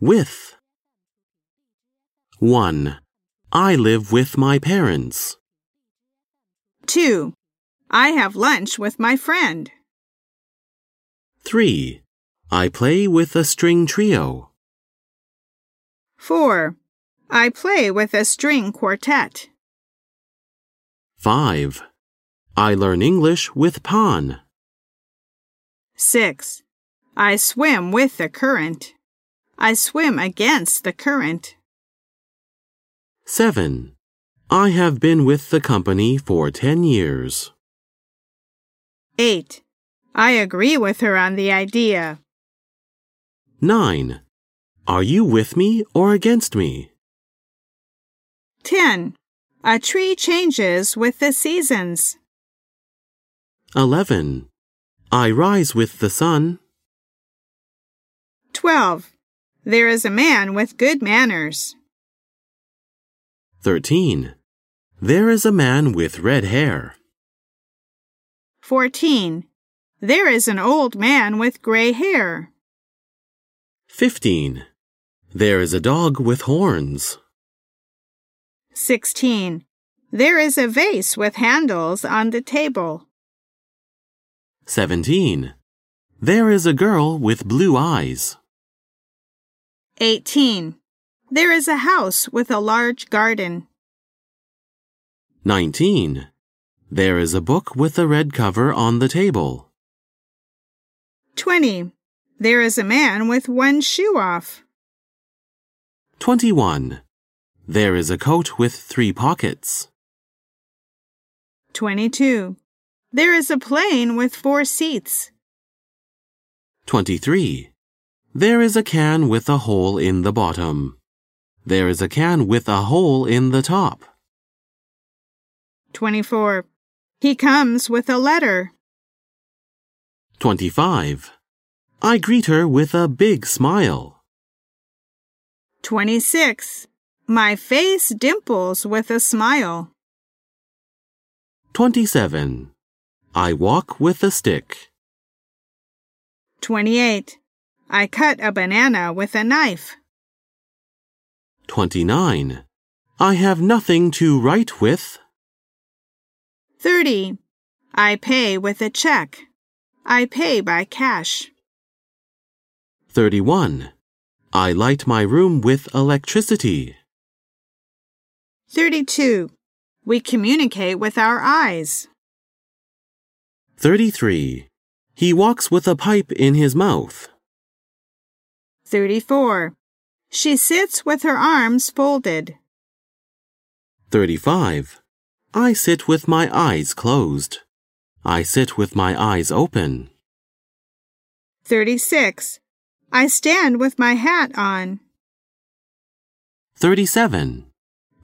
With. 1. I live with my parents. 2. I have lunch with my friend. 3. I play with a string trio. 4. I play with a string quartet. 5. I learn English with Pan. 6. I swim with the current. I swim against the current. 7. I have been with the company for 10 years. 8. I agree with her on the idea. 9. Are you with me or against me? 10. A tree changes with the seasons. 11. I rise with the sun. 12. There is a man with good manners. 13. There is a man with red hair. 14. There is an old man with gray hair. 15. There is a dog with horns. 16. There is a vase with handles on the table. 17. There is a girl with blue eyes. 18. There is a house with a large garden. 19. There is a book with a red cover on the table. 20. There is a man with one shoe off. 21. There is a coat with three pockets. 22. There is a plane with four seats. 23. There is a can with a hole in the bottom. There is a can with a hole in the top. 24. He comes with a letter. 25. I greet her with a big smile. 26. My face dimples with a smile. 27. I walk with a stick. 28. I cut a banana with a knife. 29. I have nothing to write with. 30. I pay with a check. I pay by cash. 31. I light my room with electricity. 32. We communicate with our eyes. 33. He walks with a pipe in his mouth. 34. She sits with her arms folded. 35. I sit with my eyes closed. I sit with my eyes open. 36. I stand with my hat on. 37.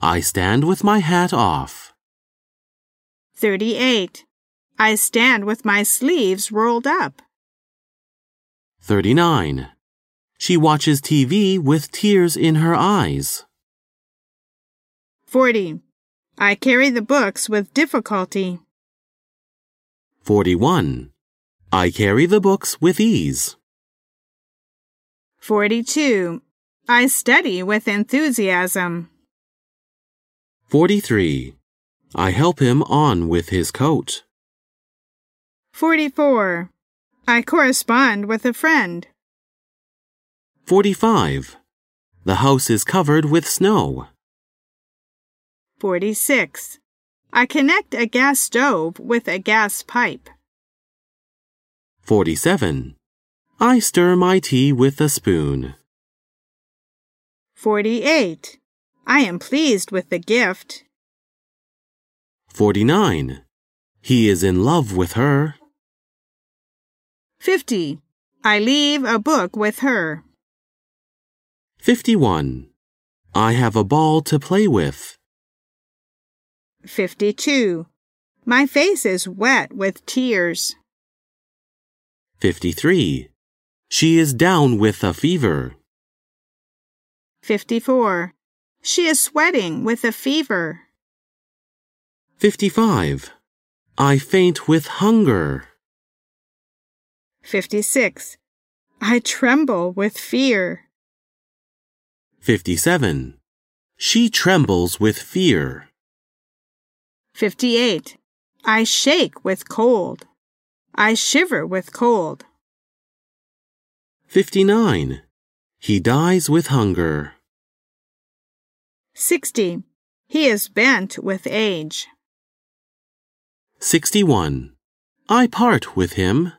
I stand with my hat off. 38. I stand with my sleeves rolled up. 39. She watches TV with tears in her eyes. 40. I carry the books with difficulty. 41. I carry the books with ease. 42. I study with enthusiasm. 43. I help him on with his coat. 44. I correspond with a friend. 45. The house is covered with snow. 46. I connect a gas stove with a gas pipe. 47. I stir my tea with a spoon. 48. I am pleased with the gift. 49. He is in love with her. 50. I leave a book with her. 51. I have a ball to play with. 52. My face is wet with tears. 53. She is down with a fever. 54. She is sweating with a fever. 55. I faint with hunger. 56. I tremble with fear. 57. She trembles with fear. 58. I shake with cold. I shiver with cold. 59. He dies with hunger. 60. He is bent with age. 61. I part with him.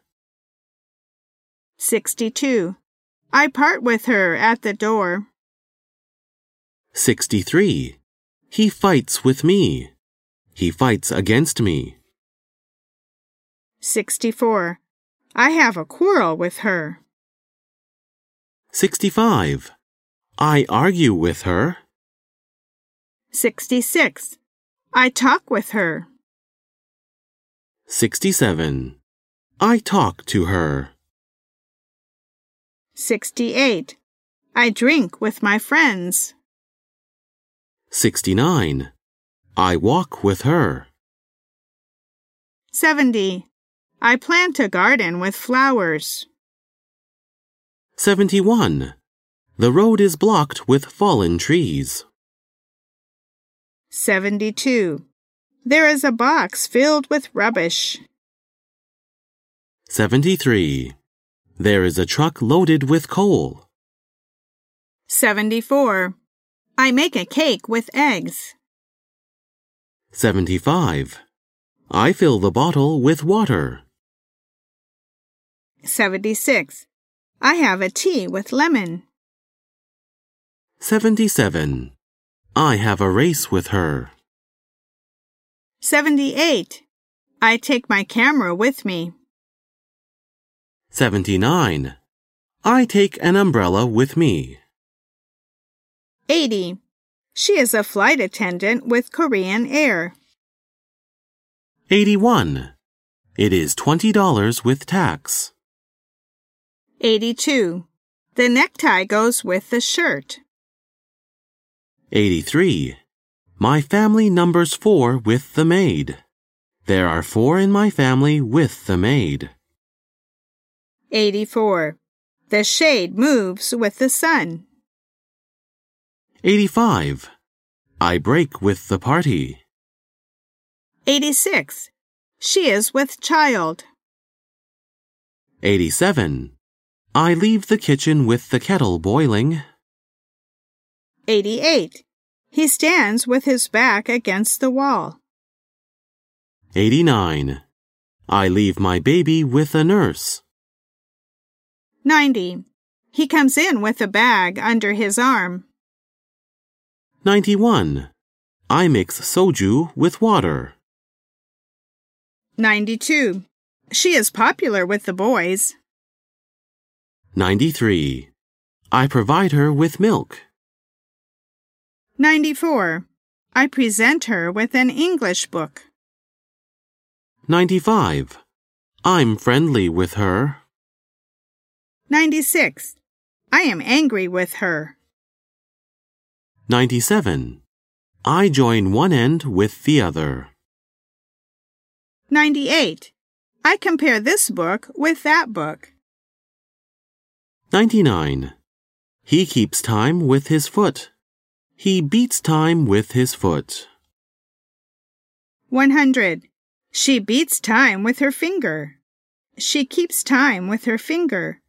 62. I part with her at the door. 63. He fights with me. He fights against me. 64. I have a quarrel with her. 65. I argue with her. 66. I talk with her. 67. I talk to her. 68. I drink with my friends. 69. I walk with her. 70. I plant a garden with flowers. 71. The road is blocked with fallen trees. 72. There is a box filled with rubbish. 73. There is a truck loaded with coal. 74. I make a cake with eggs. 75. I fill the bottle with water. 76. I have a tea with lemon. 77. I have a race with her. 78. I take my camera with me. 79. I take an umbrella with me. 80. She is a flight attendant with Korean Air. 81. It is $20 with tax. 82. The necktie goes with the shirt. 83. My family numbers four with the maid. There are four in my family with the maid. 84. The shade moves with the sun. 85. I break with the party. 86. She is with child. 87. I leave the kitchen with the kettle boiling. 88. He stands with his back against the wall. 89. I leave my baby with a nurse. 90. He comes in with a bag under his arm. 91. I mix soju with water. 92. She is popular with the boys. 93. I provide her with milk. 94. I present her with an English book. 95. I'm friendly with her. 96. I am angry with her. 97. I join one end with the other. 98. I compare this book with that book. 99. He keeps time with his foot. He beats time with his foot. 100. She beats time with her finger. She keeps time with her finger.